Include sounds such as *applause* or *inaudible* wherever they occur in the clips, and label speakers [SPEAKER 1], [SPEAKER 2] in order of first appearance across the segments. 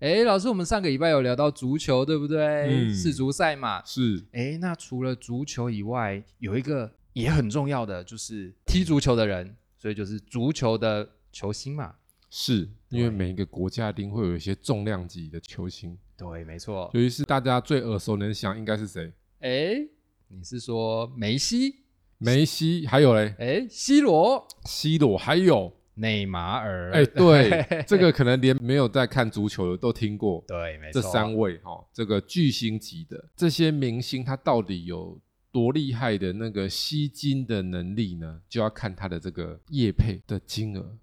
[SPEAKER 1] 哎，老师，我们上个礼拜有聊到足球，对不对？
[SPEAKER 2] 嗯
[SPEAKER 1] 世足赛嘛。
[SPEAKER 2] 是
[SPEAKER 1] 哎，那除了足球以外，有一个也很重要的，就是踢足球的人，所以就是足球的球星嘛。
[SPEAKER 2] 是，
[SPEAKER 1] 对
[SPEAKER 2] 因为每一个国家一定会有一些重量级的球星，
[SPEAKER 1] 对，没错。
[SPEAKER 2] 尤其是大家最耳熟能详应该是谁？
[SPEAKER 1] 哎，你是说梅西？
[SPEAKER 2] 梅西，还有嘞
[SPEAKER 1] 哎，C 罗、
[SPEAKER 2] ，C 罗，还有，
[SPEAKER 1] 内马尔？
[SPEAKER 2] 哎、 *laughs* 对，这个可能连没有在看足球的都听过，
[SPEAKER 1] 对，没
[SPEAKER 2] 这
[SPEAKER 1] 错。
[SPEAKER 2] 三位哈、哦，这个巨星级的这些明星，他到底有多厉害的那个吸金的能力呢？就要看他的这个业配的金额。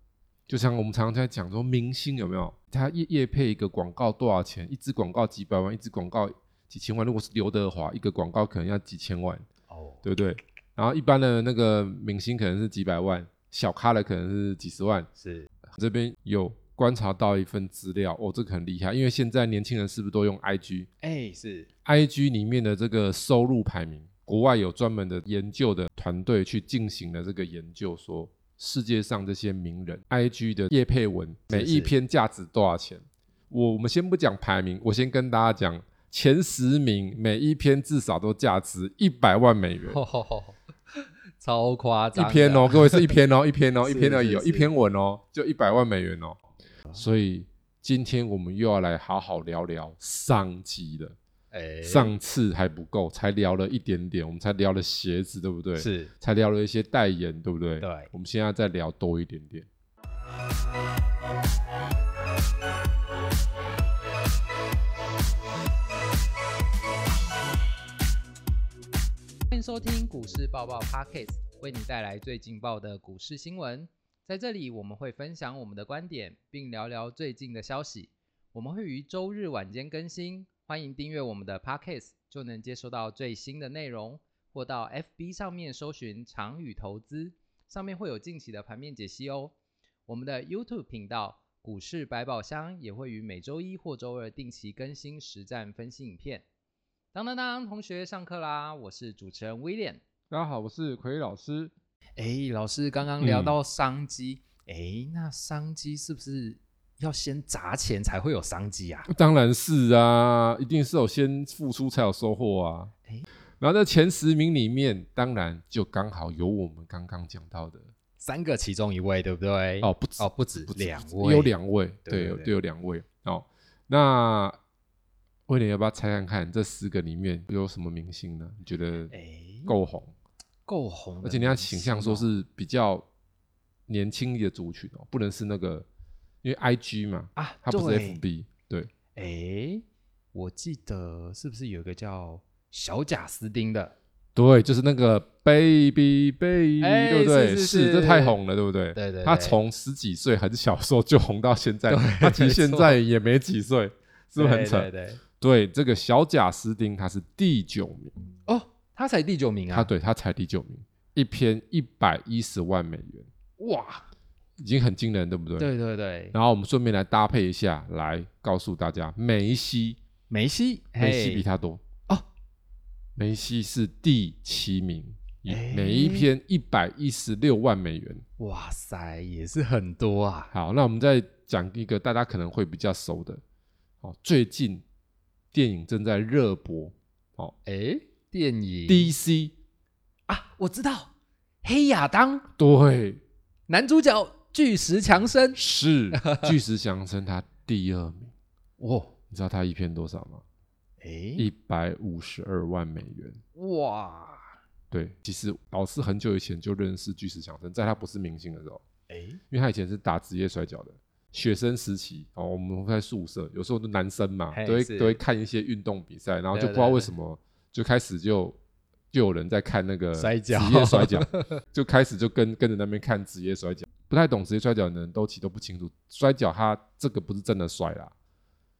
[SPEAKER 2] 就像我们常常在讲说，明星有没有他业业配一个广告多少钱？一支广告几百万，一支广告几千万。如果是刘德华，一个广告可能要几千万，
[SPEAKER 1] 哦，
[SPEAKER 2] 对不对？然后一般的那个明星可能是几百万，小咖的可能是几十万，
[SPEAKER 1] 是
[SPEAKER 2] 这边有观察到一份资料，哦，这个很厉害，因为现在年轻人是不是都用 IG？IG
[SPEAKER 1] 哎，是 *laughs*
[SPEAKER 2] 里面的这个收入排名，国外有专门的研究的团队去进行了这个研究说，世界上这些名人 IG 的叶配文
[SPEAKER 1] 是
[SPEAKER 2] 每一篇价值多少钱？我我们先不讲排名，我先跟大家讲前十名，每一篇至少都价值一百万美
[SPEAKER 1] 哦
[SPEAKER 2] 元。
[SPEAKER 1] 超夸
[SPEAKER 2] 一
[SPEAKER 1] 张的
[SPEAKER 2] 篇 *laughs* 哦，，各位是一篇哦，一篇哦，
[SPEAKER 1] 是
[SPEAKER 2] 一篇而已哦，
[SPEAKER 1] 是是
[SPEAKER 2] 一篇文哦，就一百万美元哦。所以今天我们又要来好好聊聊上集了。
[SPEAKER 1] 哎，
[SPEAKER 2] 上次还不够，才聊了一点点，我们才聊了鞋子，对不对？，
[SPEAKER 1] 是
[SPEAKER 2] 才聊了一些代言，对不对？
[SPEAKER 1] 对
[SPEAKER 2] 我们现在再聊多一点点。
[SPEAKER 1] 欢迎收听股市爆爆 Pockets，为你带来最劲爆的股市新闻。在这里，我们会分享我们的观点，并聊聊最近的消息。我们会于周日晚间更新，欢迎订阅我们的 Pockets，就能接收到最新的内容。或到 FB 上面搜寻“长宇投资”，上面会有近期的盘面解析哦。我们的 YouTube 频道“股市百宝箱”也会于每周一或周二定期更新实战分析影片。当当当，同学上课啦！我是主持人 William。
[SPEAKER 2] 大家好，我是奎老师。
[SPEAKER 1] 哎，老师刚刚
[SPEAKER 2] 嗯
[SPEAKER 1] 聊到商机，哎、那商机是不是要先砸钱才会有商机啊？
[SPEAKER 2] 当然是啊，一定是有先付出才有收获啊。
[SPEAKER 1] 诶
[SPEAKER 2] 然后在前十名里面，当然就刚好有我们刚刚讲到的
[SPEAKER 1] 三个其中一位，对不对？
[SPEAKER 2] 哦，不止
[SPEAKER 1] 哦，不止
[SPEAKER 2] 不止
[SPEAKER 1] 两
[SPEAKER 2] 不止
[SPEAKER 1] 位，
[SPEAKER 2] 有两位，
[SPEAKER 1] 对
[SPEAKER 2] 对，
[SPEAKER 1] 对
[SPEAKER 2] 有
[SPEAKER 1] 对
[SPEAKER 2] 对有两位哦。那威廉要不要猜看看这十个里面有什么明星呢？你觉得
[SPEAKER 1] 哎
[SPEAKER 2] 够红，
[SPEAKER 1] 够红的明星哦，哦
[SPEAKER 2] 而且你要倾向说是比较年轻的族群哦，不能是那个因为 I G 嘛，
[SPEAKER 1] 啊，
[SPEAKER 2] 它不是
[SPEAKER 1] 对
[SPEAKER 2] F B，对，
[SPEAKER 1] 哎，我记得是不是有一个叫小贾斯汀的？
[SPEAKER 2] 对，就是那个 Baby Baby，、
[SPEAKER 1] 哎
[SPEAKER 2] 对不对？
[SPEAKER 1] 是是是
[SPEAKER 2] 这太红了，对不对？
[SPEAKER 1] 对对
[SPEAKER 2] 他
[SPEAKER 1] 对
[SPEAKER 2] 从十几岁很小的时候就红到现在
[SPEAKER 1] 对，
[SPEAKER 2] 他其实现
[SPEAKER 1] 没错
[SPEAKER 2] 在也没几岁，是不是很
[SPEAKER 1] 对
[SPEAKER 2] 扯？
[SPEAKER 1] 对对，
[SPEAKER 2] 对，这个小贾斯汀他是第九名，
[SPEAKER 1] 哦，他才第九名啊！
[SPEAKER 2] 他对他才第九名，一篇一百一十万美元，
[SPEAKER 1] 哇，
[SPEAKER 2] 已经很惊人，对不对？。
[SPEAKER 1] 对对对，
[SPEAKER 2] 然后我们顺便来搭配一下，来告诉大家，梅西，
[SPEAKER 1] 梅西，
[SPEAKER 2] 梅西
[SPEAKER 1] 嘿
[SPEAKER 2] 比他多
[SPEAKER 1] 哦，
[SPEAKER 2] 梅西是第七名，以
[SPEAKER 1] 哎
[SPEAKER 2] 每一篇一百一十六万美元。
[SPEAKER 1] 哇塞，也是很多啊！
[SPEAKER 2] 好，那我们再讲一个大家可能会比较熟的，哦，最近电影正在热播，哦
[SPEAKER 1] 哎，电影
[SPEAKER 2] ，DC，
[SPEAKER 1] 啊，我知道，黑亚当
[SPEAKER 2] 对，
[SPEAKER 1] 男主角巨石强森，
[SPEAKER 2] 是巨石强森他第二名，
[SPEAKER 1] 哇，
[SPEAKER 2] 你知道他一篇多少吗？
[SPEAKER 1] 哎，
[SPEAKER 2] 一百五十二万美元。
[SPEAKER 1] 哇，
[SPEAKER 2] 对，其实老师很久以前就认识巨石强森，在他不是明星的时候，
[SPEAKER 1] 哎，
[SPEAKER 2] 因为他以前是打职业摔跤的，学生时期哦，我们在宿舍，有时候都男生嘛，
[SPEAKER 1] 嘿
[SPEAKER 2] 都会
[SPEAKER 1] 是
[SPEAKER 2] 都会看一些运动比赛，然后就
[SPEAKER 1] 对
[SPEAKER 2] 不知道
[SPEAKER 1] 对
[SPEAKER 2] 为
[SPEAKER 1] 对
[SPEAKER 2] 什么就开始就就有人在看那个
[SPEAKER 1] 摔跤
[SPEAKER 2] 职业摔
[SPEAKER 1] *laughs*
[SPEAKER 2] 跤，就开始就跟跟着那边看职业摔跤，不太懂职业摔跤的人都其实都不清楚，摔跤他这个不是真的摔啦，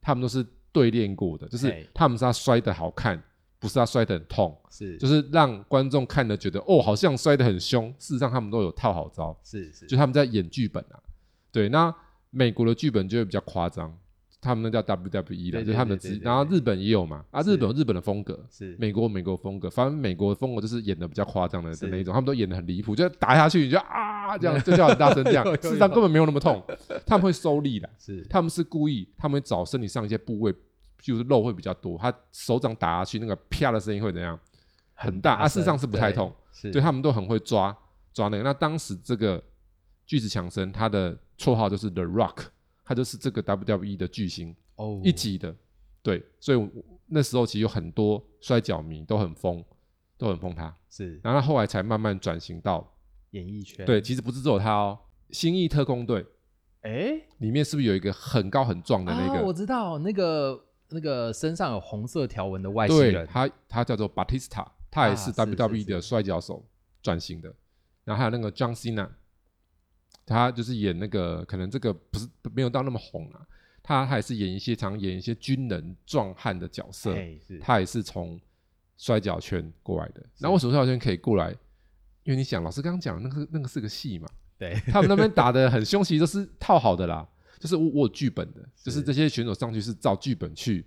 [SPEAKER 2] 他们都是对练过的，就是
[SPEAKER 1] 嘿
[SPEAKER 2] 他们是他摔的好看，不是他摔的很痛。
[SPEAKER 1] 是
[SPEAKER 2] 就是是让观众看了觉得哦，好像摔得很凶。事实上，他们都有套好招，
[SPEAKER 1] 是是，
[SPEAKER 2] 就他们在演剧本啊。对，那美国的剧本就会比较夸张，他们那叫 WWE
[SPEAKER 3] 对
[SPEAKER 2] 了，
[SPEAKER 3] 对
[SPEAKER 2] 就是他们的
[SPEAKER 3] 对
[SPEAKER 2] 职
[SPEAKER 3] 对，对
[SPEAKER 2] 然后
[SPEAKER 3] 对
[SPEAKER 2] 日本也有嘛，啊，
[SPEAKER 3] 是
[SPEAKER 2] 日本有日本的风格，
[SPEAKER 3] 是
[SPEAKER 2] 美国有美国的风格，反正美国的风格就是演的比较夸张的
[SPEAKER 3] 是
[SPEAKER 2] 的那一种，他们都演的很离谱，就打下去你就啊这样，就叫很大声这
[SPEAKER 3] *laughs*
[SPEAKER 2] 样
[SPEAKER 3] 有有，
[SPEAKER 2] 事实上
[SPEAKER 3] 有
[SPEAKER 2] 根本没有那么痛，他们会收力的，
[SPEAKER 3] 是
[SPEAKER 2] 他们是故意，他们会找身体上一些部位，就是肉会比较多，他手掌打下去那个啪的声音会怎样？很大
[SPEAKER 3] 大
[SPEAKER 2] 啊，事实上
[SPEAKER 3] 声
[SPEAKER 2] 是不太
[SPEAKER 3] 对
[SPEAKER 2] 痛，
[SPEAKER 3] 是
[SPEAKER 2] 对他们都很会抓抓那个。那当时这个巨石强森，他的绰号就是 The Rock，他就是这个 WWE 的巨星，
[SPEAKER 3] 哦
[SPEAKER 2] 一级的。对，所以我那时候其实有很多摔跤迷都很疯，都很疯他。
[SPEAKER 3] 是
[SPEAKER 2] 然后他后来才慢慢转型到，
[SPEAKER 3] 演艺圈
[SPEAKER 2] 对，其实不是只有他哦，《星际特工队》
[SPEAKER 3] 哎
[SPEAKER 2] 里面是不是有一个很高很壮的那
[SPEAKER 1] 啊，我
[SPEAKER 3] 哦
[SPEAKER 2] 个？
[SPEAKER 1] 知道那个那个身上有红色条纹的外星
[SPEAKER 2] 对，
[SPEAKER 1] 人，
[SPEAKER 2] 他他叫做 Batista，他也是
[SPEAKER 1] 啊是是
[SPEAKER 2] WWE
[SPEAKER 1] 是
[SPEAKER 2] 的摔跤手转型的。然后还有那个 John Cena，他就是演那个可能这个不是没有到那么红啊，他还是演一些常演一些军人壮汉的角色。
[SPEAKER 3] 嘿是
[SPEAKER 2] 他也是从摔跤圈过来的。那为什么摔跤圈可以过来？因为你想，老师刚刚讲的那个那个是个戏嘛，
[SPEAKER 3] 对
[SPEAKER 2] 他们那边打的很凶，其实都是套好的啦，就是我我有剧本的，就是
[SPEAKER 3] 是
[SPEAKER 2] 这些选手上去是照剧本去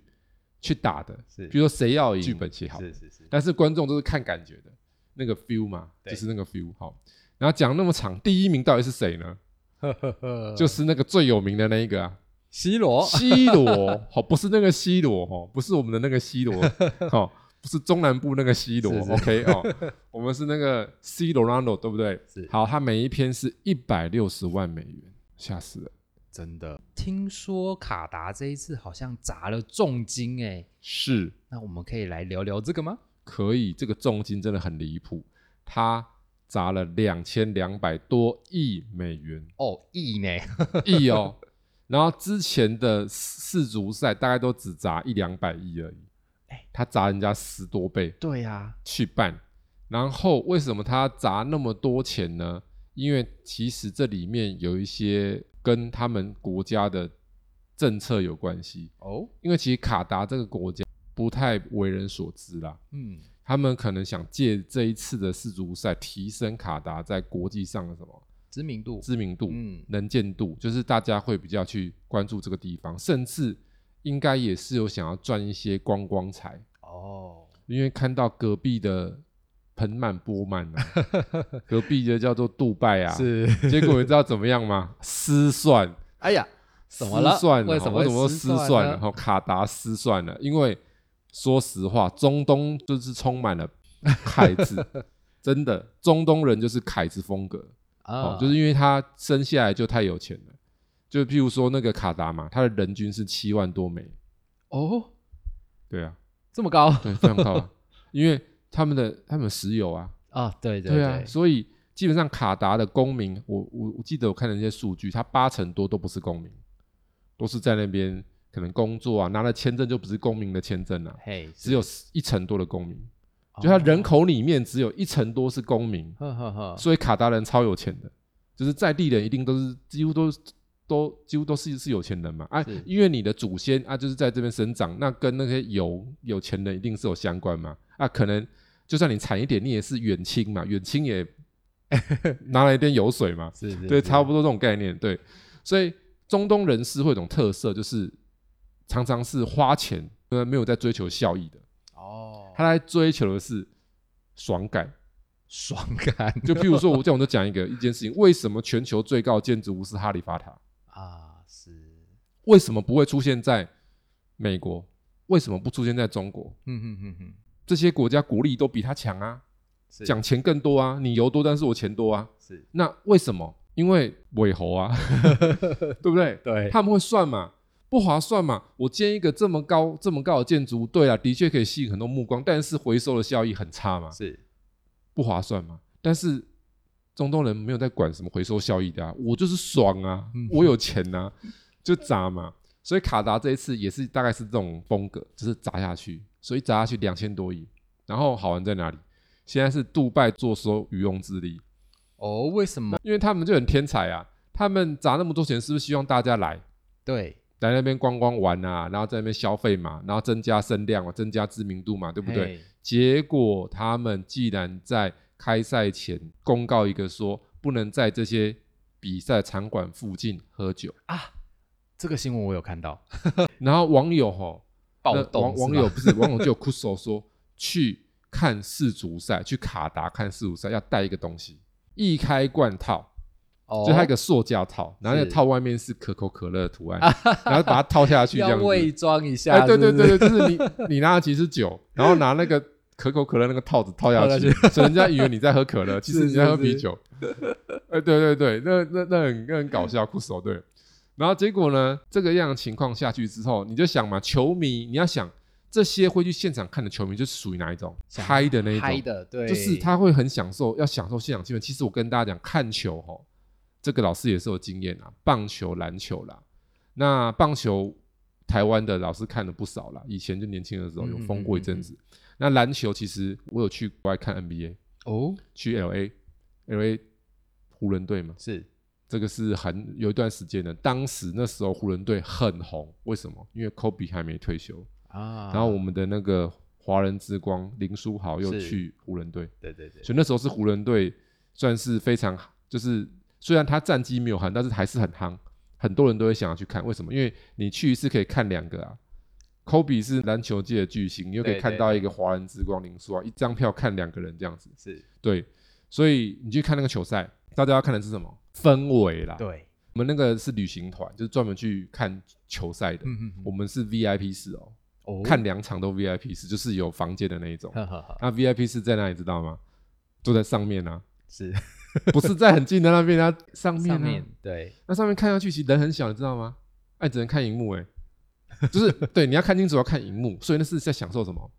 [SPEAKER 2] 去打的，
[SPEAKER 3] 是
[SPEAKER 2] 比如说谁要赢，剧本写好，
[SPEAKER 3] 是是是
[SPEAKER 2] 但是观众都是看感觉的，那个 feel 嘛，
[SPEAKER 3] 对
[SPEAKER 2] 就是那个 feel 好。然后讲那么长，第一名到底是谁呢？
[SPEAKER 1] 嗯
[SPEAKER 2] 就是那个最有名的那一个啊，
[SPEAKER 1] C
[SPEAKER 3] 哦
[SPEAKER 1] 罗
[SPEAKER 2] 西罗，好，不是那个西罗哦，不是我们的那个
[SPEAKER 3] *laughs*
[SPEAKER 2] 西罗，哦，不是中南部那个西罗
[SPEAKER 3] 是是
[SPEAKER 2] ，OK 哦，我们是那个 C 罗 r o n o 对不对
[SPEAKER 3] 是？
[SPEAKER 2] 好，他每一篇是一百六十万美元，吓死了，
[SPEAKER 3] 真的
[SPEAKER 1] 听说卡达这一次好像砸了重金哎、
[SPEAKER 2] 是
[SPEAKER 1] 那我们可以来聊聊这个吗？
[SPEAKER 2] 可以，这个重金真的很离谱，他砸了两千两百多亿美元， *laughs*
[SPEAKER 1] 哦，亿呢？
[SPEAKER 2] 亿哦，然后之前的世足赛大概都只砸一两百亿而已
[SPEAKER 1] 哎，
[SPEAKER 2] 他砸人家十多倍。
[SPEAKER 1] 对呀、
[SPEAKER 2] 去办。然后为什么他砸那么多钱呢？因为其实这里面有一些跟他们国家的政策有关系。
[SPEAKER 1] 哦，
[SPEAKER 2] 因为其实卡达这个国家不太为人所知啦，
[SPEAKER 1] 嗯，
[SPEAKER 2] 他们可能想借这一次的世足赛提升卡达在国际上的什么
[SPEAKER 1] 知名度，
[SPEAKER 2] 知名度、
[SPEAKER 1] 嗯，
[SPEAKER 2] 能见度，就是大家会比较去关注这个地方，甚至应该也是有想要赚一些观光财。 *laughs*
[SPEAKER 1] 哦，
[SPEAKER 2] 因为看到隔壁的盆满钵满啊，隔壁的叫做杜
[SPEAKER 1] *laughs*
[SPEAKER 2] 拜啊，
[SPEAKER 3] 是
[SPEAKER 2] *laughs* 结果你知道怎么样吗？失算，
[SPEAKER 3] 哎呀
[SPEAKER 1] 怎么了
[SPEAKER 2] 失算
[SPEAKER 1] 为什么
[SPEAKER 2] 么
[SPEAKER 1] 会
[SPEAKER 2] 怎么
[SPEAKER 1] 失
[SPEAKER 2] 失
[SPEAKER 1] 算
[SPEAKER 2] 算
[SPEAKER 1] 呢
[SPEAKER 2] 了？哦，卡达失算了，因为说实话，中东就是充
[SPEAKER 1] *laughs*
[SPEAKER 2] 满了凯子，真的，中东人就是凯子风格，
[SPEAKER 1] 啊、
[SPEAKER 2] 哦，就是因为他生下来就太有钱了。就譬如说那个卡达嘛，他的人均是七万多美，
[SPEAKER 1] 哦，
[SPEAKER 2] 对啊，
[SPEAKER 1] 这么高
[SPEAKER 2] 对，非常高、
[SPEAKER 1] *laughs*
[SPEAKER 2] 啊，因为他们的他们石油啊，
[SPEAKER 1] 啊，对对
[SPEAKER 2] 啊，所以基本上卡达的公民，我我我记得我看了一些数据，他八成多都不是公民，都是在那边可能工作啊，拿了签证就不是公民的签证啊，
[SPEAKER 1] 嘿，
[SPEAKER 2] 只有一成多的公民，
[SPEAKER 1] 哦
[SPEAKER 2] 就他人，口里面只有一成多是公民，
[SPEAKER 1] 呵呵呵，
[SPEAKER 2] 所以卡达人超有钱的，就是在地人一定都是几乎都是。都几乎都是是有钱人嘛，啊
[SPEAKER 1] 是，
[SPEAKER 2] 因为你的祖先啊就是在这边生长，那跟那些有有钱人一定是有相关嘛，啊，可能就算你惨一点，你也是远亲嘛，远亲
[SPEAKER 3] *laughs*
[SPEAKER 2] 也拿了一点油水嘛，
[SPEAKER 3] 是是
[SPEAKER 2] 对，差不
[SPEAKER 3] 多
[SPEAKER 2] 多这种概念，对，所以中东人士会有一种特色，就是常常是花钱，呃，没有在追求效益的，
[SPEAKER 1] 哦，
[SPEAKER 2] 他在追求的是爽感，
[SPEAKER 1] 爽感
[SPEAKER 2] *laughs* 就譬如说，我这样我就讲一个一件事情，为什么全球最高建筑物是哈利法塔？
[SPEAKER 1] 啊，是，
[SPEAKER 2] 为什么不会出现在美国？为什么不出现在中国？
[SPEAKER 1] 嗯哼哼哼，
[SPEAKER 2] 这些国家国力都比他强啊，
[SPEAKER 3] 是
[SPEAKER 2] 讲钱更多啊，你油多，但是我钱多啊。
[SPEAKER 3] 是
[SPEAKER 2] 那为什么？因为尾猴啊， *laughs* 对不对？
[SPEAKER 3] 对
[SPEAKER 2] 他们会算嘛，不划算嘛。我建一个这么高、这么高的建筑物，对啊，的确可以吸引很多目光，但是回收的效益很差嘛。
[SPEAKER 3] 是
[SPEAKER 2] 不划算嘛。但是中东人没有在管什么回收效益的啊，我就是爽啊，
[SPEAKER 1] 嗯
[SPEAKER 2] 我有钱呐、就砸嘛。所以卡达这一次也是大概是这种风格，就是砸下去，所以砸下去两千多亿。然后好玩在哪里？现在是杜拜坐收渔翁之利，
[SPEAKER 1] 哦，为什么？
[SPEAKER 2] 因为他们就很天才啊，他们砸那么多钱，是不是希望大家来？
[SPEAKER 1] 对，
[SPEAKER 2] 来那边观光玩啊，然后在那边消费嘛，然后增加声量嘛，增加知名度嘛，对不对？
[SPEAKER 1] 嘿？
[SPEAKER 2] 结果他们既然在开赛前公告啊一个说，不能在这些比赛场馆附近喝酒，
[SPEAKER 3] 这个新闻我有看到，
[SPEAKER 2] 然后网友吼，
[SPEAKER 1] 暴
[SPEAKER 2] 那
[SPEAKER 1] 动
[SPEAKER 2] 网
[SPEAKER 1] 是
[SPEAKER 2] 网
[SPEAKER 1] 吧
[SPEAKER 2] 友不是 *laughs* 网友就有哭手说去看世足赛，去卡达看世足赛要带一个东西，易开罐套。
[SPEAKER 1] 哦，
[SPEAKER 2] 就它一个塑胶套，然后那个
[SPEAKER 1] 是
[SPEAKER 2] 套外面是可口可乐
[SPEAKER 1] *laughs*
[SPEAKER 2] 的图案，然后把它套下去这
[SPEAKER 1] 要
[SPEAKER 2] 样子。
[SPEAKER 1] 伪装一下，
[SPEAKER 2] 哎，对
[SPEAKER 1] 是不
[SPEAKER 2] 对
[SPEAKER 1] 是
[SPEAKER 2] 对对，就是你你拿的其实是酒，然后拿那个可口可乐那个套子套下去，所以人家以为你在喝
[SPEAKER 1] *laughs*
[SPEAKER 2] 可乐，其实
[SPEAKER 1] 是
[SPEAKER 2] 你在喝
[SPEAKER 1] 是
[SPEAKER 2] 啤
[SPEAKER 1] 是
[SPEAKER 2] 酒。哎，对对对，那那那很那很搞笑，酷手对。然后结果呢，这个样的情况下去之后，你就想嘛，球迷你要想这些会去现场看的球迷就是属于哪一种
[SPEAKER 1] 想
[SPEAKER 2] 嗨的那一种，
[SPEAKER 1] 拍的，对，
[SPEAKER 2] 就是他会很享受，要享受现场气氛。其实我跟大家讲，看球吼，这个老师也是有经验啊，棒球、篮球啦。那棒球台湾的老师看了不少啦，以前就年轻的时候
[SPEAKER 3] 嗯
[SPEAKER 2] 有疯过一阵子。那篮球其实我有去国外看 NBA，
[SPEAKER 3] 哦，
[SPEAKER 2] 去 LA，LA 湖人队嘛，
[SPEAKER 3] 是
[SPEAKER 2] 这个是很有一段时间的。当时那时候湖人队很红，为什么？因为 Kobe 还没退休，
[SPEAKER 3] 啊，
[SPEAKER 2] 然后我们的那个华人之光林书豪又
[SPEAKER 3] 是
[SPEAKER 2] 去湖人队。
[SPEAKER 3] 对对对，
[SPEAKER 2] 所以那时候是湖人队算是非常，就是虽然他战绩没有很，但是还是很夯，很多人都会想要去看。为什么？因为你去一次可以看两个啊。科比是篮球界的巨星，你又可以
[SPEAKER 1] 对
[SPEAKER 2] 看
[SPEAKER 1] 对
[SPEAKER 2] 到
[SPEAKER 1] 对
[SPEAKER 2] 一个华人之光林书豪，一张票看两个人这样子。
[SPEAKER 3] 是
[SPEAKER 2] 对，所以你去看那个球赛，大家要看的是什么氛围啦。
[SPEAKER 3] 对，
[SPEAKER 2] 我们那个是旅行团，就是专门去看球赛的。
[SPEAKER 1] 嗯嗯
[SPEAKER 2] 我们是 VIP 室哦，
[SPEAKER 3] 哦，
[SPEAKER 2] 看两场都 VIP 室，就是有房间的那一
[SPEAKER 1] 嗯
[SPEAKER 2] 种。
[SPEAKER 3] *laughs* 呵呵呵，
[SPEAKER 2] 那 VIP 是在哪里知道吗？坐在上面啊，
[SPEAKER 3] 是
[SPEAKER 2] 不是在很近的那边
[SPEAKER 1] *laughs*
[SPEAKER 2] 啊，上面、啊、
[SPEAKER 1] 上面
[SPEAKER 3] 对，
[SPEAKER 2] 那上面看上去其实人很小，你知道吗？哎、只能看荧幕哎、就是 *laughs* 对，你要看清楚要看荧幕，所以那是在享受什么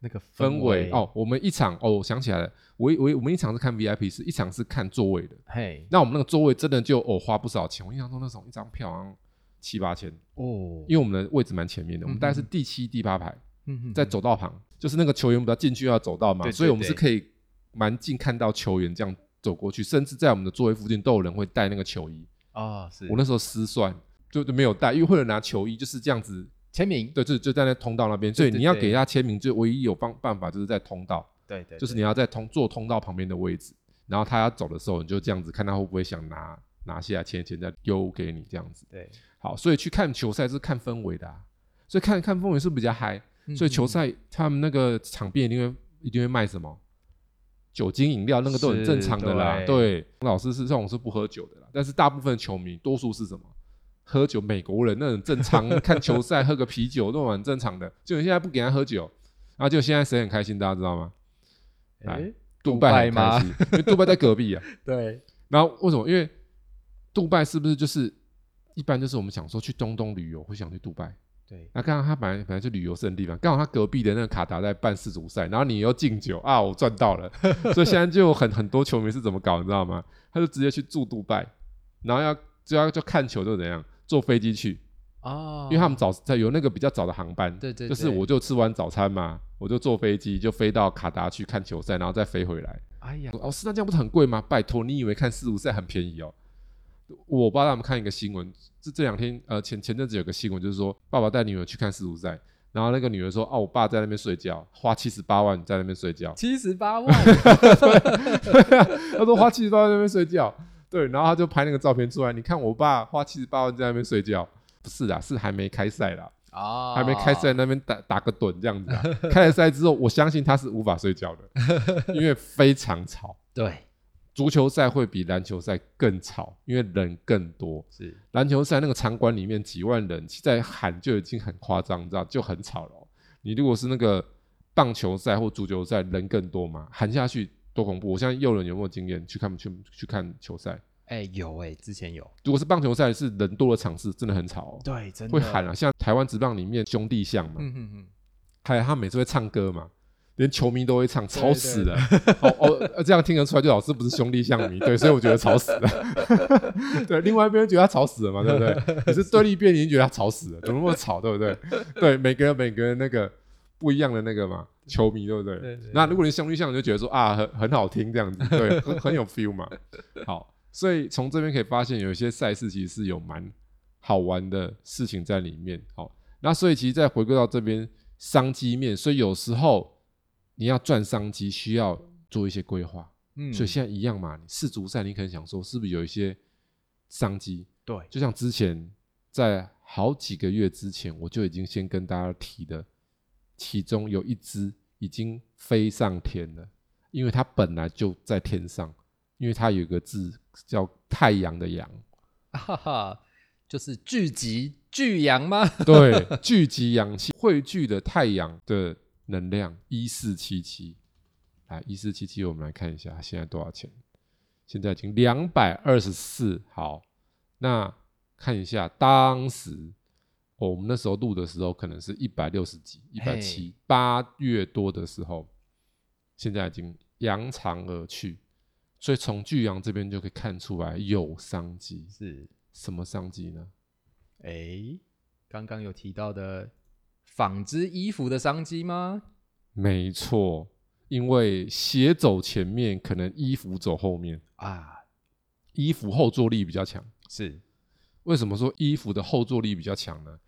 [SPEAKER 3] 那个
[SPEAKER 2] 氛围
[SPEAKER 3] 围，
[SPEAKER 2] 哦。我们一场哦，我想起来了，我我我们一场是看 VIP 室，一场是看座位的。
[SPEAKER 3] 嘿，
[SPEAKER 2] 那我们那个座位真的就哦花不少钱，我印象中那时候一张票好像七八千，
[SPEAKER 3] 哦，
[SPEAKER 2] 因为我们的位置蛮前面的，我们大概是
[SPEAKER 1] 嗯
[SPEAKER 2] 第七、第八排，
[SPEAKER 1] 嗯
[SPEAKER 2] 在走道旁，就是那个球员不要进去要走道嘛，
[SPEAKER 3] 对对
[SPEAKER 2] 所以我们是可以蛮近看到球员这样走过去，甚至在我们的座位附近都有人会带那个球衣。
[SPEAKER 3] 哦，是
[SPEAKER 2] 我那时候失算，就就没有带，因为会有人拿球衣就是这样子，
[SPEAKER 1] 签名，
[SPEAKER 2] 对，就就在那通道那边，所以
[SPEAKER 3] 对
[SPEAKER 2] 你要
[SPEAKER 3] 对
[SPEAKER 2] 给他签名，就唯一有办办法就是在通道，
[SPEAKER 3] 对对，
[SPEAKER 2] 就是
[SPEAKER 3] 对
[SPEAKER 2] 你要在通坐通道旁边的位置，然后他要走的时候，你就这样子看他会不会想拿拿下来签一签再丢给你这样子。
[SPEAKER 3] 对
[SPEAKER 2] 好，所以去看球赛是看氛围的、啊，所以看看氛围是比较嗨。
[SPEAKER 1] 嗯
[SPEAKER 2] 所以球
[SPEAKER 1] 嗯
[SPEAKER 2] 赛他们那个场边一定会一定会卖什么酒精饮料，那个都很
[SPEAKER 3] 是
[SPEAKER 2] 正常的啦。
[SPEAKER 3] 对
[SPEAKER 2] 对，老师是像我是不喝酒的啦，但是大部分球迷多数是什么？喝酒，美国人那很正常，看球赛喝个啤酒那种很正常的。就你现在不给他喝酒，然后就现在谁很开心，大家知道吗？来
[SPEAKER 3] 哎
[SPEAKER 2] 杜
[SPEAKER 1] 拜
[SPEAKER 2] 拜很开
[SPEAKER 1] 吗
[SPEAKER 2] 心，因为杜拜在隔壁啊。
[SPEAKER 3] 对
[SPEAKER 2] 然后为什么？因为杜拜是不是就是一般就是我们想说去中东旅游会想去杜拜？
[SPEAKER 3] 对，
[SPEAKER 2] 那刚好他本来本来就旅游胜地嘛，刚好他隔壁的那个卡达在办世足赛，然后你又敬酒啊，我赚到了， *laughs* 所以现在就很很多球迷是怎么搞，你知道吗？他就直接去住杜拜，然后要就要就看球就怎样，坐飞机去，
[SPEAKER 1] 哦，
[SPEAKER 2] 因为他们早在有那个比较早的航班，
[SPEAKER 1] 对对
[SPEAKER 2] 就是
[SPEAKER 1] 对
[SPEAKER 2] 我就吃完早餐嘛，我就坐飞机就飞到卡达去看球赛，然后再飞回来。
[SPEAKER 3] 哎呀，
[SPEAKER 2] 老师，那这样不是很贵吗？拜托，你以为看世足赛很便宜哦？我爸他们看一个新闻，这这两天呃前前阵子有个新闻，就是说爸爸带女儿去看世足赛，然后那个女儿说：“哦，我爸在那边睡觉，花七十八万在那边睡
[SPEAKER 1] *laughs*
[SPEAKER 2] 觉。
[SPEAKER 1] 七十八
[SPEAKER 2] *laughs*
[SPEAKER 1] 万，
[SPEAKER 2] 他说花七十八万在那边睡觉，对，然后他就拍那个照片出来，你看我爸花七十八万在那边睡觉，不是啦，是还没开赛啦，
[SPEAKER 1] 哦，
[SPEAKER 2] 还没开赛那边打打个盹这样子、啊。开了赛之后，我相信他是无法睡觉的，因为非常吵。
[SPEAKER 1] 对，
[SPEAKER 2] 足球赛会比篮球赛更吵，因为人更多。
[SPEAKER 3] 是
[SPEAKER 2] 篮球赛那个场馆里面几万人在喊就已经很夸张，你知道就很吵了哦、你如果是那个棒球赛或足球赛，人更多嘛，喊下去多恐怖！我相信佑人有没有经验去看去去看球赛？
[SPEAKER 3] 哎有哎，之前有
[SPEAKER 2] 如果是棒球赛，是人多的场次，真的很吵、哦，
[SPEAKER 3] 对，真的
[SPEAKER 2] 会喊啊，像台湾职棒里面兄弟象嘛，
[SPEAKER 1] 嗯嗯嗯，
[SPEAKER 2] 还有他每次会唱歌嘛，连球迷都会唱，
[SPEAKER 1] 对
[SPEAKER 2] 吵死了。 *laughs* 哦哦，呃这样听得出来，就老师不是兄弟像
[SPEAKER 1] *laughs*
[SPEAKER 2] 迷，对，所以我觉得吵死了。 *laughs* 对，另外一边觉得他吵死了嘛，对不
[SPEAKER 1] *laughs*
[SPEAKER 2] 对？可是对立边已经觉得他吵死了，怎么那么吵，对不对？对，每个人每个人那个不一样的那个嘛，球迷对不对？
[SPEAKER 1] 对对
[SPEAKER 2] 那如果你兄弟像，你就觉得说啊，很很好听这样
[SPEAKER 1] *laughs*
[SPEAKER 2] 子，对，很很有 feel 嘛。好，所以从这边可以发现，有一些赛事其实是有蛮好玩的事情在里面。好，那所以其实再回归到这边商机面，所以有时候你要赚商机，需要做一些规划。
[SPEAKER 1] 嗯，
[SPEAKER 2] 所以现在一样嘛，你世足赛你可能想说，是不是有一些商机？
[SPEAKER 3] 对
[SPEAKER 2] 就像之前在好几个月之前我就已经先跟大家提的，其中有一只已经飞上天了，因为它本来就在天上，因为它有一个字叫太阳的阳，
[SPEAKER 1] 哈哈，就是聚集巨阳
[SPEAKER 2] *laughs*
[SPEAKER 1] 吗？
[SPEAKER 2] 对，聚集阳气，汇聚的太阳的能量，一四七七。来，一四七七，我们来看一下它现在多少钱？现在已经两百二十四。好，那看一下当时、哦我们那时候录的时候，可能是一百六十几、一百七
[SPEAKER 1] 嘿，
[SPEAKER 2] 八月多的时候，现在已经扬长而去。所以从巨阳这边就可以看出来有商机，
[SPEAKER 3] 是，
[SPEAKER 2] 什么商机呢？
[SPEAKER 1] 诶，刚刚有提到的纺织衣服的商机吗？
[SPEAKER 2] 没错，因为鞋走前面，可能衣服走后面，
[SPEAKER 3] 啊，
[SPEAKER 2] 衣服后坐力比较强。
[SPEAKER 3] 是，
[SPEAKER 2] 为什么说衣服的后坐力比较强呢？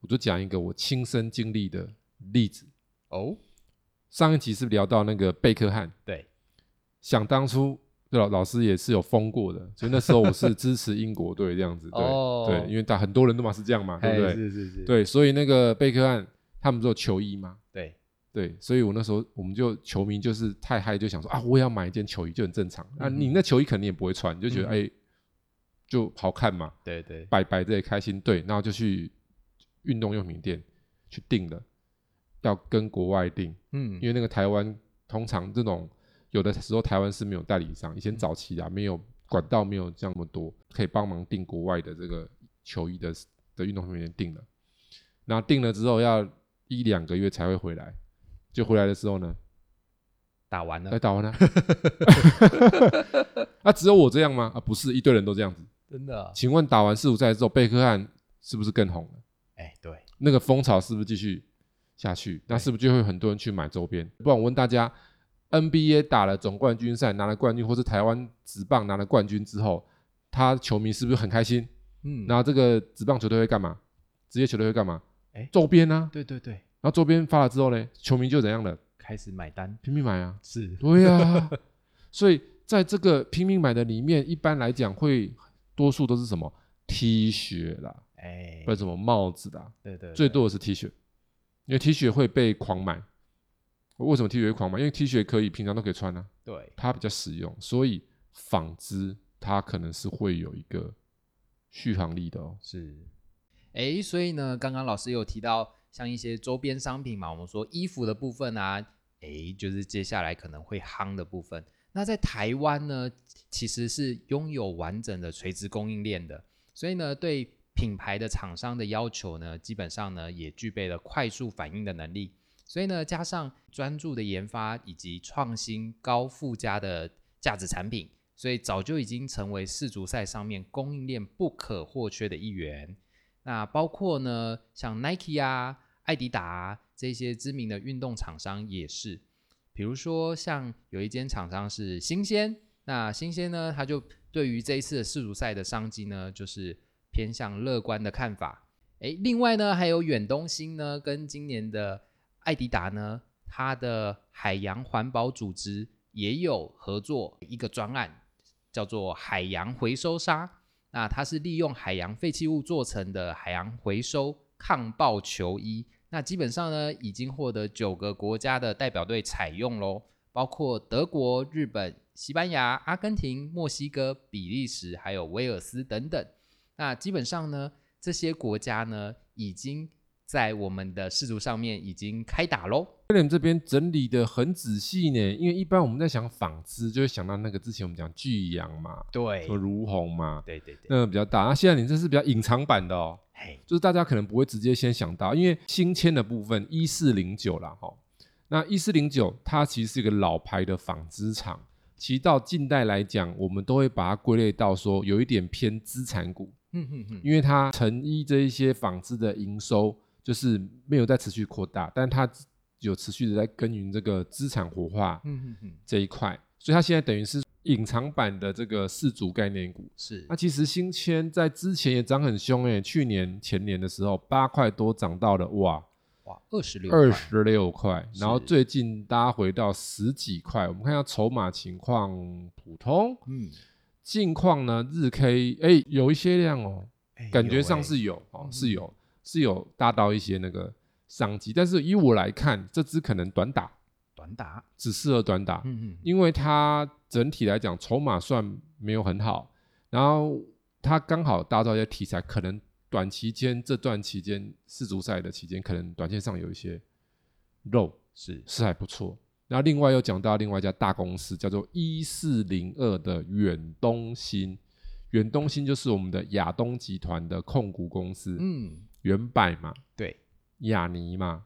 [SPEAKER 2] 我就讲一个我亲身经历的例子。
[SPEAKER 3] 哦，
[SPEAKER 2] 上一集是不是聊到那个贝克汉，
[SPEAKER 3] 对，
[SPEAKER 2] 想当初老老师也是有封过的，所以那时候我是支持英国队这样子，对、
[SPEAKER 1] 哦
[SPEAKER 2] 对，因为大很多人都嘛是这样嘛，对不对？
[SPEAKER 3] 是是是，
[SPEAKER 2] 对，所以那个贝克汉他们不是有球衣吗？
[SPEAKER 3] 对，
[SPEAKER 2] 对，所以我那时候我们就球迷就是太嗨，就想说啊，我也要买一件球衣，就很正常。啊，
[SPEAKER 1] 嗯哼
[SPEAKER 2] 你那球衣肯定也不会穿，你就觉得
[SPEAKER 1] 嗯
[SPEAKER 2] 哎、就好看嘛，
[SPEAKER 3] 对对，
[SPEAKER 2] 摆摆着也开心。对，然后就去运动用品店去订了，要跟国外订，
[SPEAKER 1] 嗯
[SPEAKER 2] 因为那个台湾通常这种有的时候台湾是没有代理商，以前早期啊没有管道没有这么多，可以帮忙订国外的这个球衣的的运动员订了，然后订了之后要一两个月才会回来，就回来的时候呢，
[SPEAKER 3] 打完了
[SPEAKER 1] 呃
[SPEAKER 2] 来，打完了， *laughs* 啊只有我这样吗？啊不是，一堆人都这样子。
[SPEAKER 1] 真的啊
[SPEAKER 2] 请问打完四五赛之后，贝克汉是不是更红了？
[SPEAKER 3] 哎，对，
[SPEAKER 2] 那个风潮是不是继续下去？那是不是就会有很多人去买周边？不然我问大家，NBA 打了总冠军赛拿了冠军，或是台湾职棒拿了冠军之后，他球迷是不是很开心？
[SPEAKER 1] 嗯
[SPEAKER 2] 然后这个职棒球队会干嘛？职业球队会干嘛？
[SPEAKER 3] 哎
[SPEAKER 2] 周边啊，
[SPEAKER 3] 对对对，
[SPEAKER 2] 然后周边发了之后呢，球迷就怎样了？
[SPEAKER 3] 开始买单，
[SPEAKER 2] 拼命买啊！
[SPEAKER 3] 是，
[SPEAKER 2] 对呀、所以在这个拼命买的里面，一般来讲会多数都是什么 T 恤啦，
[SPEAKER 3] 哎
[SPEAKER 2] 或，者什么帽子啦，
[SPEAKER 3] 对对，
[SPEAKER 2] 最
[SPEAKER 3] 对
[SPEAKER 2] 多的是 T 恤，因为 T 恤会被狂买。为什么 T 恤会狂买？因为 T 恤可以平常都可以穿啊，
[SPEAKER 3] 对，
[SPEAKER 2] 它比较实用，所以纺织它可能是会有一个续航力的哦。
[SPEAKER 3] 是，
[SPEAKER 1] 诶，所以呢，刚刚老师有提到像一些周边商品嘛，我们说衣服的部分啊，诶，就是接下来可能会夯的部分。那在台湾呢，其实是拥有完整的垂直供应链的，所以呢，对品牌的厂商的要求呢，基本上呢也具备了快速反应的能力。所以呢，加上专注的研发以及创新高附加的价值产品，所以早就已经成为世足赛上面供应链不可或缺的一员。那包括呢，像 Nike 啊、艾迪达、啊、这些知名的运动厂商也是。比如说，像有一间厂商是新鲜，那新鲜呢，它就对于这一次的世足赛的商机呢，就是偏向乐观的看法。诶，另外呢，还有远东新呢，跟今年的艾迪达呢，它的海洋环保组织也有合作一个专案，叫做海洋回收沙。那它是利用海洋废弃物做成的海洋回收抗爆球衣。那基本上呢，已经获得九个国家的代表队采用喽，包括德国、日本、西班牙、阿根廷、墨西哥、比利时，还有威尔斯等等。那基本上呢，这些国家呢，已经在我们的世足上面已经开打喽。
[SPEAKER 2] 威廉这边整理的很仔细呢，因为一般我们在想纺织，就会想到那个之前我们讲巨阳嘛，
[SPEAKER 3] 对
[SPEAKER 2] 什么，如虹嘛，
[SPEAKER 3] 对对对，
[SPEAKER 2] 那个比较大。那现在你这是比较隐藏版的哦，
[SPEAKER 3] 嘿，
[SPEAKER 2] 就是大家可能不会直接先想到，因为新签的部分一四零九啦，哈，那一四零九它其实是一个老牌的纺织厂，其实到近代来讲，我们都会把它归类到说有一点偏资产股，
[SPEAKER 1] 嗯哼哼，
[SPEAKER 2] 因为它成衣这一些纺织的营收就是没有在持续扩大，但它有持续的在耕耘这个资产活化
[SPEAKER 1] 嗯哼哼，
[SPEAKER 2] 这一块，所以它现在等于是隐藏版的这个四足概念股。
[SPEAKER 1] 是
[SPEAKER 2] 那、，其实新签在之前也涨很凶诶、去年前年的时候八块多涨到了哇
[SPEAKER 1] 哇，二十六，
[SPEAKER 2] 二，十六块，
[SPEAKER 1] 是
[SPEAKER 2] 然后最近拉回到十几块。我们看一下筹码情况普通，
[SPEAKER 1] 嗯，
[SPEAKER 2] 近况呢日 K 哎有一些量哦，
[SPEAKER 3] 哎
[SPEAKER 2] 感觉
[SPEAKER 3] 有
[SPEAKER 2] 上
[SPEAKER 3] 哎
[SPEAKER 2] 是有哦
[SPEAKER 1] 嗯，
[SPEAKER 2] 是有是有搭到一些那个商机，但是以我来看，这只可能短打，
[SPEAKER 3] 短打，
[SPEAKER 2] 只适合短打，
[SPEAKER 1] 嗯嗯，
[SPEAKER 2] 因为它整体来讲筹码算没有很好，然后它刚好搭到一些题材，可能短期间这段期间世足赛的期间，可能短线上有一些肉
[SPEAKER 3] 是
[SPEAKER 2] 是还不错。然后另外又讲到另外一家大公司叫做一四零二的远东新，远东新就是我们的亚东集团的控股公司，
[SPEAKER 1] 嗯，
[SPEAKER 2] 原百嘛，
[SPEAKER 3] 对，
[SPEAKER 2] 亚尼嘛，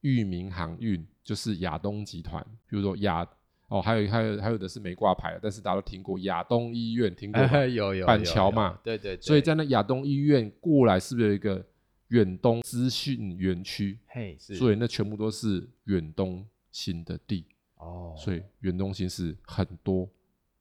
[SPEAKER 2] 裕民航运就是亚东集团，比如说亚哦，还有还有还有的是没挂牌的，但是大家都听过亚东医院，
[SPEAKER 1] *laughs*
[SPEAKER 2] 听过
[SPEAKER 3] *laughs*
[SPEAKER 2] 吗
[SPEAKER 3] 有有
[SPEAKER 2] 板
[SPEAKER 3] 有
[SPEAKER 2] 桥
[SPEAKER 3] 有
[SPEAKER 2] 嘛
[SPEAKER 3] 对对，
[SPEAKER 2] 所以
[SPEAKER 3] 对
[SPEAKER 2] 在那亚东医院过来是不是有一个远东资讯园区？
[SPEAKER 3] 嘿是，
[SPEAKER 2] 所以那全部都是远东新的地，
[SPEAKER 3] 哦，
[SPEAKER 2] 所以远东新是很多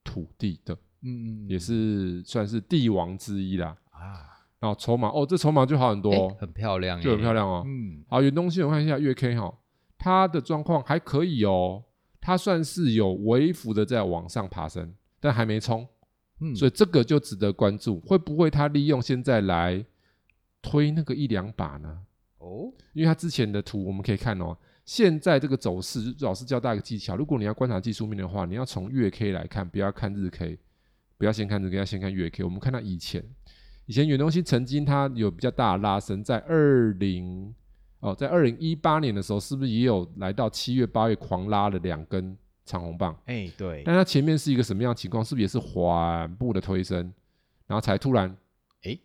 [SPEAKER 2] 土地的，
[SPEAKER 1] 嗯嗯，
[SPEAKER 2] 也是算是帝王之一啦。
[SPEAKER 3] 啊，
[SPEAKER 2] 然后筹码哦，这筹码就好很多、
[SPEAKER 1] 哎
[SPEAKER 2] 哦，
[SPEAKER 1] 很漂
[SPEAKER 3] 欸
[SPEAKER 1] 亮，
[SPEAKER 2] 就很漂，亮哦。
[SPEAKER 1] 嗯
[SPEAKER 2] 好，远东新我看一下月 K 哈，它的状况还可以哦，它算是有微幅的在往上爬升，但还没冲，
[SPEAKER 1] 嗯，
[SPEAKER 2] 所以这个就值得关注，会不会它利用现在来推那个一两把呢？
[SPEAKER 3] 哦，
[SPEAKER 2] 因为它之前的图我们可以看哦，现在这个走势，老师教大家一个技巧，如果你要观察技术面的话，你要从月 K 来看，不要看日 K，不要先看日 K，要先看月 K。我们看到以前，以前远东西曾经它有比较大的拉升，在二零哦，在二零一八年的时候，是不是也有来到七月、八月狂拉了两根长红棒？
[SPEAKER 3] 哎对，
[SPEAKER 2] 但它前面是一个什么样的情况？是不是也是缓步的推升，然后才突然
[SPEAKER 3] 哎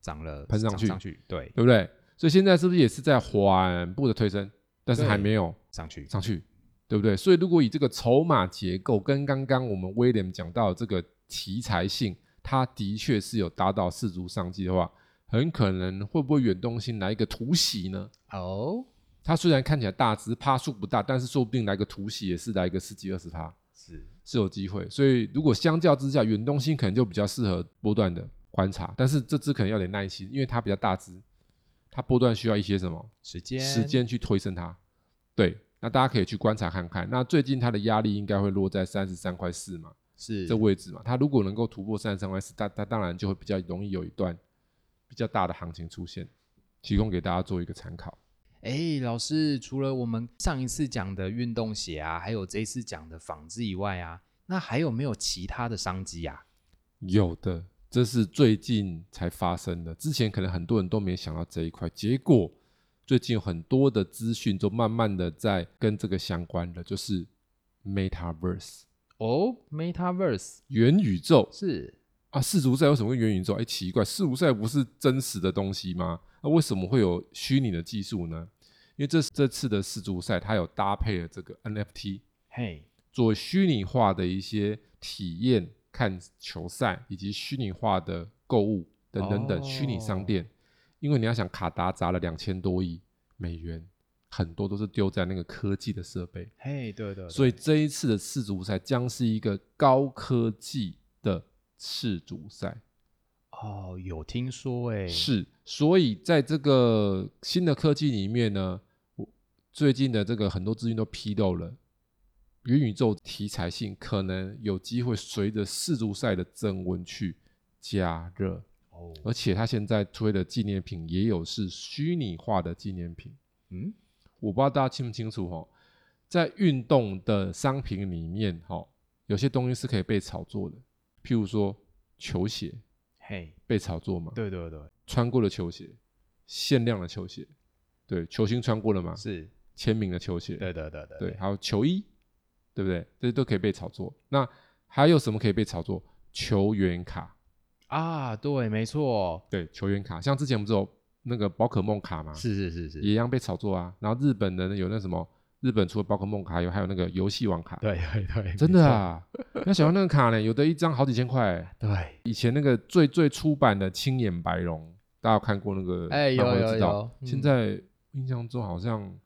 [SPEAKER 3] 涨了，
[SPEAKER 2] 喷上
[SPEAKER 3] 涨
[SPEAKER 2] 去
[SPEAKER 3] 上去，对，
[SPEAKER 2] 对不对？所以现在是不是也是在缓步的推升，但是还
[SPEAKER 3] 对
[SPEAKER 2] 没有
[SPEAKER 3] 上去，
[SPEAKER 2] 上去，对不对？所以如果以这个筹码结构跟刚刚我们威廉讲到的这个题材性，它的确是有达到四足商机的话，很可能会不会远东新来一个突袭呢？
[SPEAKER 1] 哦，
[SPEAKER 2] 它虽然看起来大只，趴数不大，但是说不定来个突袭也是来个十几二十趴，
[SPEAKER 3] 是
[SPEAKER 2] 是有机会。所以如果相较之下，远东新可能就比较适合波段的观察，但是这只可能要点耐心，因为它比较大只，它波段需要一些什么？
[SPEAKER 3] 时间
[SPEAKER 2] 时间去推升它。对，那大家可以去观察看看。那最近它的压力应该会落在三十三块四嘛，
[SPEAKER 3] 是
[SPEAKER 2] 这位置嘛。它如果能够突破三十三块四，它它当然就会比较容易有一段比较大的行情出现，提供给大家做一个参考。
[SPEAKER 3] 哎，老师，除了我们上一次讲的运动鞋啊，还有这一次讲的纺织以外啊，那还有没有其他的商机啊？
[SPEAKER 2] 有的，这是最近才发生的，之前可能很多人都没想到这一块，结果最近有很多的资讯都慢慢的在跟这个相关的，就是 Metaverse
[SPEAKER 1] 哦，Metaverse
[SPEAKER 2] 元宇宙。
[SPEAKER 1] 是
[SPEAKER 2] 啊，世足赛为什么会元宇宙？哎、奇怪，世足赛不是真实的东西吗？那、为什么会有虚拟的技术呢？因为这这次的世足赛，它有搭配了这个 NFT
[SPEAKER 3] 嘿，
[SPEAKER 2] 做虚拟化的一些体验，看球赛以及虚拟化的购物等等等
[SPEAKER 3] 哦
[SPEAKER 2] 虚拟商店。因为你要想，卡达砸了两千多亿美元，很多都是丢在那个科技的设备。
[SPEAKER 3] 嘿，对对
[SPEAKER 2] 所以这一次的世足赛将是一个高科技的世足赛，
[SPEAKER 3] 哦，有听说哎，
[SPEAKER 2] 是。所以在这个新的科技里面呢，我最近的这个很多资讯都披露了，元宇宙题材性可能有机会随着世足赛的增温去加热，
[SPEAKER 3] 哦，
[SPEAKER 2] 而且它现在推的纪念品也有是虚拟化的纪念品。
[SPEAKER 3] 嗯，
[SPEAKER 2] 我不知道大家清不清楚哦，在运动的商品里面，哦，有些东西是可以被炒作的，譬如说球鞋
[SPEAKER 3] 嘿，
[SPEAKER 2] 被炒作嘛，
[SPEAKER 3] 对对对，
[SPEAKER 2] 穿过的球鞋，限量的球鞋，对，球星穿过了嘛，
[SPEAKER 3] 是，
[SPEAKER 2] 签名的球鞋，
[SPEAKER 3] 对对对对
[SPEAKER 2] 对，，还有球衣，对不对？这些都可以被炒作。那还有什么可以被炒作？球员卡，
[SPEAKER 3] 啊，对，没错，
[SPEAKER 2] 对，球员卡，像之前不是有那个宝可梦卡吗？
[SPEAKER 3] 是是是是，
[SPEAKER 2] 也一样被炒作啊。然后日本人有那什么，日本除了宝可梦卡，有还有那个游戏王卡，
[SPEAKER 3] 对对对，
[SPEAKER 2] 真
[SPEAKER 3] 没
[SPEAKER 2] 的
[SPEAKER 3] 错，
[SPEAKER 2] 啊！ *laughs* 那小杨那个卡呢，有的一张好几千块欸、
[SPEAKER 3] 对，
[SPEAKER 2] 以前那个最最出版的《青眼白龙》，大家有看过那个？
[SPEAKER 1] 哎有
[SPEAKER 2] 我
[SPEAKER 1] 有
[SPEAKER 2] 知道
[SPEAKER 1] 有。嗯
[SPEAKER 2] 现在印象中好像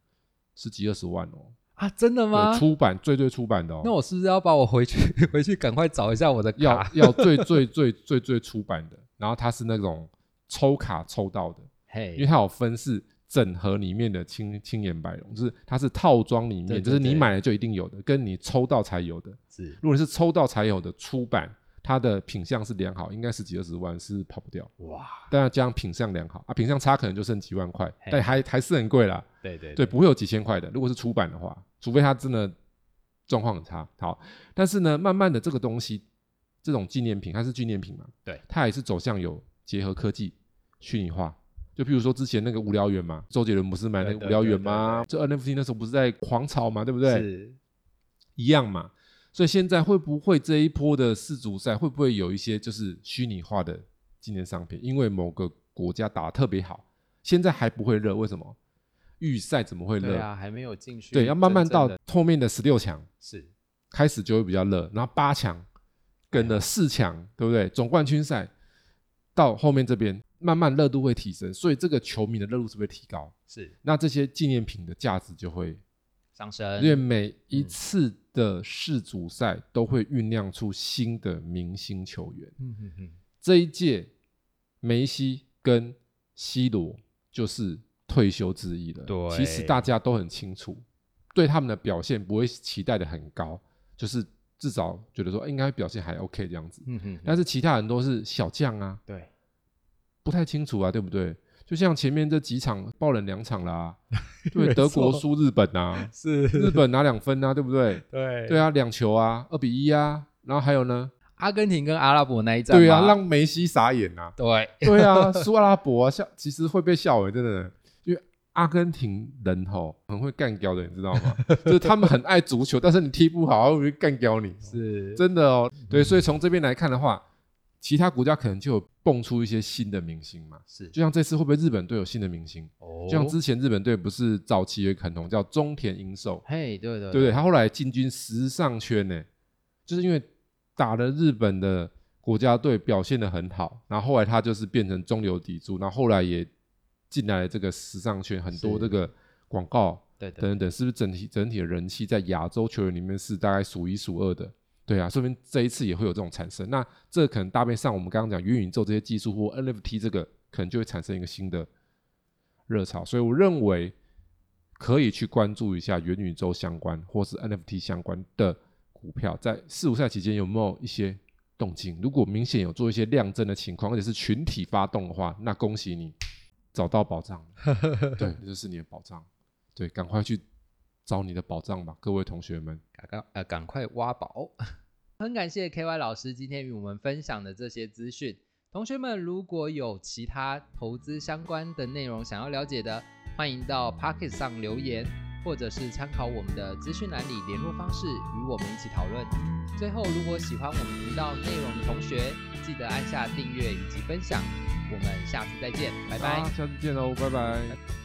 [SPEAKER 2] 十几二十万哦、
[SPEAKER 1] 啊，真的吗
[SPEAKER 2] 对，？出版最最出版的哦、
[SPEAKER 1] 那我是不是要把我回
[SPEAKER 3] *laughs*
[SPEAKER 1] 去回去赶快找一下我的
[SPEAKER 2] 要
[SPEAKER 1] 卡？
[SPEAKER 2] 要最最最最最出版的，然后它是那种抽卡抽到的，因
[SPEAKER 1] 嘿，
[SPEAKER 2] 为它有分是整盒里面的青青眼白龙，就是它是套装
[SPEAKER 3] 对
[SPEAKER 2] 里面，
[SPEAKER 3] 对
[SPEAKER 2] 就是你
[SPEAKER 3] 对
[SPEAKER 2] 买了就一定有的，跟你抽到才有的。
[SPEAKER 3] 是
[SPEAKER 2] 如果你是抽到才有的出版，它的品相是良好，应该十几二十万是跑不掉。
[SPEAKER 3] 哇，
[SPEAKER 2] 但要加上品相良好啊，品相差可能就剩几万块，
[SPEAKER 3] 嘿
[SPEAKER 2] 但还还是很贵啦。
[SPEAKER 3] 对对
[SPEAKER 2] 对，不会有几千块的。如果是出版的话，除非它真的状况很差。好，但是呢，慢慢的这个东西，这种纪念品，它是纪念品嘛，
[SPEAKER 3] 对，
[SPEAKER 2] 它也是走向有结合科技虚拟化。就譬如说之前那个无聊猿嘛，周杰伦不是买那
[SPEAKER 3] 对
[SPEAKER 2] 个
[SPEAKER 3] 对
[SPEAKER 2] 无聊猿吗？这 NFT 那时候不是在狂炒嘛，对不对？
[SPEAKER 3] 是
[SPEAKER 2] 一样嘛。所以现在会不会这一波的世足赛会不会有一些就是虚拟化的纪念商品？因为某个国家打得特别好，现在还不会热，为什么？预赛怎么会热？
[SPEAKER 3] 对啊，还没有进去，
[SPEAKER 2] 对，要慢慢到
[SPEAKER 3] 真正的
[SPEAKER 2] 后面的十六强
[SPEAKER 3] 是
[SPEAKER 2] 开始就会比较热，然后八强跟了四强，对不对？总冠军赛到后面这边慢慢热度会提升，所以这个球迷的热度是会提高，
[SPEAKER 3] 是
[SPEAKER 2] 那这些纪念品的价值就会，
[SPEAKER 3] 上升，
[SPEAKER 2] 因为每一
[SPEAKER 3] 嗯
[SPEAKER 2] 次的世足赛都会酝酿出新的明星球员。
[SPEAKER 3] 嗯嗯嗯，
[SPEAKER 2] 这一届梅西跟 C 罗就是退休之一了。
[SPEAKER 3] 对
[SPEAKER 2] 其实大家都很清楚，对他们的表现不会期待的很高，就是至少觉得说哎应该表现还 OK 这样子。
[SPEAKER 3] 嗯哼，
[SPEAKER 2] 但是其他人都是小将啊，
[SPEAKER 3] 对，
[SPEAKER 2] 不太清楚啊，对不对？就像前面这几场爆冷两场
[SPEAKER 3] *laughs*
[SPEAKER 2] 啦，对
[SPEAKER 3] 没错，
[SPEAKER 2] 德国输日本啊
[SPEAKER 3] *laughs* 是，
[SPEAKER 2] 日本拿两分啊，对不对？
[SPEAKER 3] 对
[SPEAKER 2] 对啊，两球啊，二比一啊，然后还有呢，
[SPEAKER 3] 阿根廷跟阿拉伯那一战嘛，
[SPEAKER 2] 对啊，让梅西傻眼啊，
[SPEAKER 3] 对
[SPEAKER 2] 对啊，苏阿拉伯啊，笑其实会被笑诶、真的，因为阿根廷人吼很会干掉的，你知道吗？ *laughs* 就是他们很爱足球，但是你踢不好，他们会干掉你，
[SPEAKER 3] 是
[SPEAKER 2] 真的哦。对，所以从这边来看的话，其他国家可能就有蹦出一些新的明星嘛。
[SPEAKER 3] 是，
[SPEAKER 2] 就像这次会不会日本队有新的明星？
[SPEAKER 3] 哦
[SPEAKER 2] 就像之前日本队不是早期也很红，叫中田英寿，
[SPEAKER 3] 嘿，对对
[SPEAKER 2] 对不对？他后来进军时尚圈呢、就是因为打了日本的国家队表现的很好，然后后来他就是变成中流砥柱，然后后来也进来了这个时尚圈，很多
[SPEAKER 3] 是
[SPEAKER 2] 这个广告
[SPEAKER 3] 对
[SPEAKER 2] 等
[SPEAKER 3] 对，
[SPEAKER 2] 等等，是不是整体整体的人气在亚洲球员里面是大概数一数二的？对啊，说明这一次也会有这种产生。那这可能搭配上我们刚刚讲元宇宙这些技术或 NFT 这个，可能就会产生一个新的热潮。所以我认为可以去关注一下元宇宙相关或是 NFT 相关的股票，在四五赛期间有没有一些动静？如果明显有做一些量增的情况，而且是群体发动的话，那恭喜你找到宝藏了。对，这就是你的宝藏。对，赶快去找你的宝藏吧，各位同学们。
[SPEAKER 3] 赶快呃赶快挖宝，
[SPEAKER 1] *laughs* 很感谢 KY 老师今天与我们分享的这些资讯。同学们，如果有其他投资相关的内容想要了解的，欢迎到 Pocket 上留言，或者是参考我们的资讯栏里联络方式与我们一起讨论。最后，如果喜欢我们频道内容的同学，记得按下订阅以及分享。我们下次再见，拜拜
[SPEAKER 2] 好。下次见喽，拜拜。